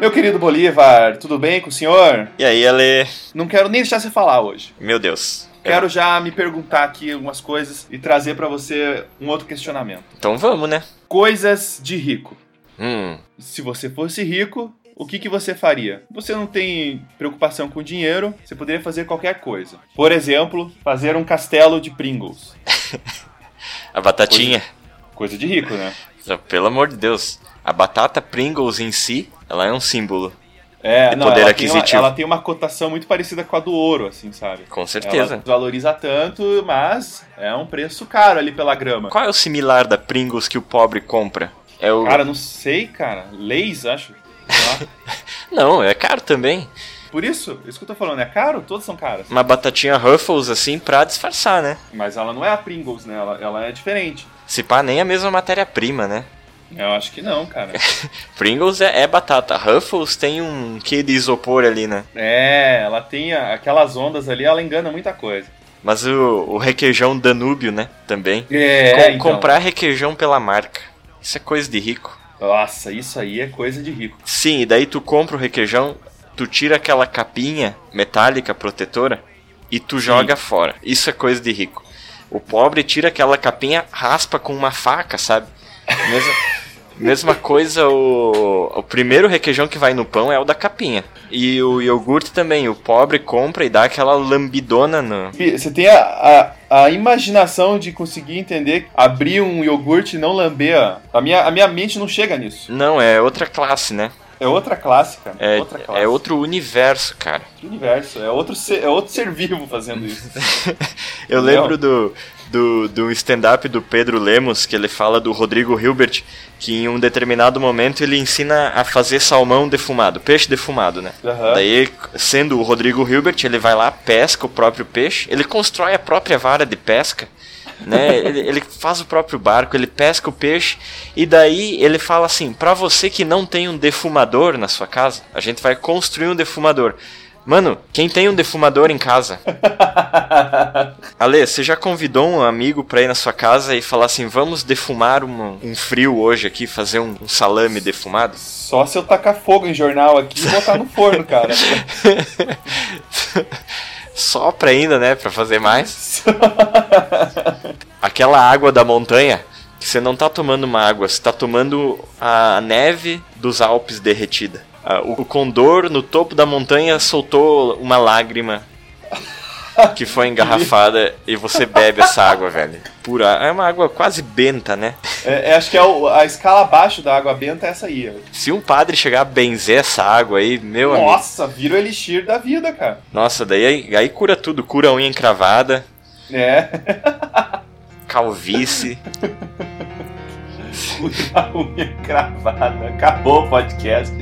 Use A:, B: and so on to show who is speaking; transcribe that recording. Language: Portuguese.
A: Meu querido Bolívar, tudo bem com o senhor?
B: E aí, Ale?
A: Não quero nem deixar você falar hoje.
B: Meu Deus.
A: Quero já me perguntar aqui algumas coisas e trazer pra você um outro questionamento.
B: Então vamos, né?
A: Coisas de rico.
B: Hum.
A: Se você fosse rico, o que, que você faria? Você não tem preocupação com dinheiro, você poderia fazer qualquer coisa. Por exemplo, fazer um castelo de Pringles.
B: A batatinha.
A: Coisa de rico, né?
B: Pelo amor de Deus. A batata Pringles em si, ela é um símbolo.
A: É,
B: E
A: não,
B: poder
A: ela, Tem
B: aquisitivo.
A: uma, ela tem uma cotação muito parecida com a do ouro, assim, sabe?
B: Com certeza.
A: Ela é valoriza tanto, mas é um preço caro ali pela grama.
B: Qual é o similar da Pringles que o pobre compra? É o.
A: Cara, não sei, cara. Leis, acho. Sei lá.
B: Não, é caro também.
A: Por isso, isso que eu tô falando, é caro? Todos são caras.
B: Uma batatinha Ruffles assim pra disfarçar, né?
A: Mas ela não é a Pringles, né? Ela, ela é diferente.
B: Se pá, nem a mesma matéria-prima, né?
A: Eu acho que não, cara.
B: Pringles é, é batata. Ruffles tem um quê de isopor ali, né?
A: É, ela tem a- aquelas ondas ali, ela engana muita coisa.
B: Mas o, o requeijão Danúbio, né? Também.
A: É,
B: Com- Comprar requeijão pela marca. Isso é coisa de rico.
A: Nossa, isso aí é coisa de rico.
B: Sim, e daí tu compra o requeijão, tu tira aquela capinha metálica protetora e tu joga fora. Isso é coisa de rico. O pobre tira aquela capinha, raspa com uma faca, sabe? Mesma, mesma coisa, o, o primeiro requeijão que vai no pão é o da capinha. E o iogurte também, o pobre compra e dá aquela lambidona no.
A: Fi, Você tem a, a, a imaginação de conseguir entender, abrir um iogurte e não lamber. ó. A minha, a minha mente não chega nisso.
B: Não, é outra classe, né?
A: É outra classe, cara.
B: É,
A: outra classe.
B: é outro universo, cara.
A: outro universo. É outro, ser, é outro ser vivo fazendo isso.
B: Eu
A: Entendeu?
B: lembro do, do, do stand-up do Pedro Lemos, que ele fala do Rodrigo Hilbert, que em um determinado momento ele ensina a fazer salmão defumado, peixe defumado, né?
A: Aham.
B: Daí, sendo o Rodrigo Hilbert, ele vai lá, pesca o próprio peixe, ele constrói a própria vara de pesca, né? ele, ele faz o próprio barco, ele pesca o peixe, e daí ele fala assim: pra você que não tem um defumador na sua casa, a gente vai construir um defumador. Mano, quem tem um defumador em casa? Ale, você já convidou um amigo pra ir na sua casa e falar assim: vamos defumar um, um frio hoje aqui, fazer um, um salame defumado?
A: Só se eu tacar fogo em jornal aqui e botar no forno, cara.
B: Sopra ainda, né? Pra fazer mais. Aquela água da montanha, que você não tá tomando uma água, você tá tomando a neve dos Alpes derretida. Ah, O o condor no topo da montanha soltou uma lágrima que foi engarrafada e você bebe essa água, velho. Pura. É uma água quase benta, né?
A: É, é, acho que é o- a escala abaixo da água benta é essa aí. ó.
B: Se um padre chegar a benzer essa água aí, meu amigo.
A: Nossa, vira o elixir da vida, cara.
B: Nossa, daí aí cura tudo. Cura a unha encravada,
A: É.
B: calvície.
A: Cuidar a unha cravada. Acabou o podcast.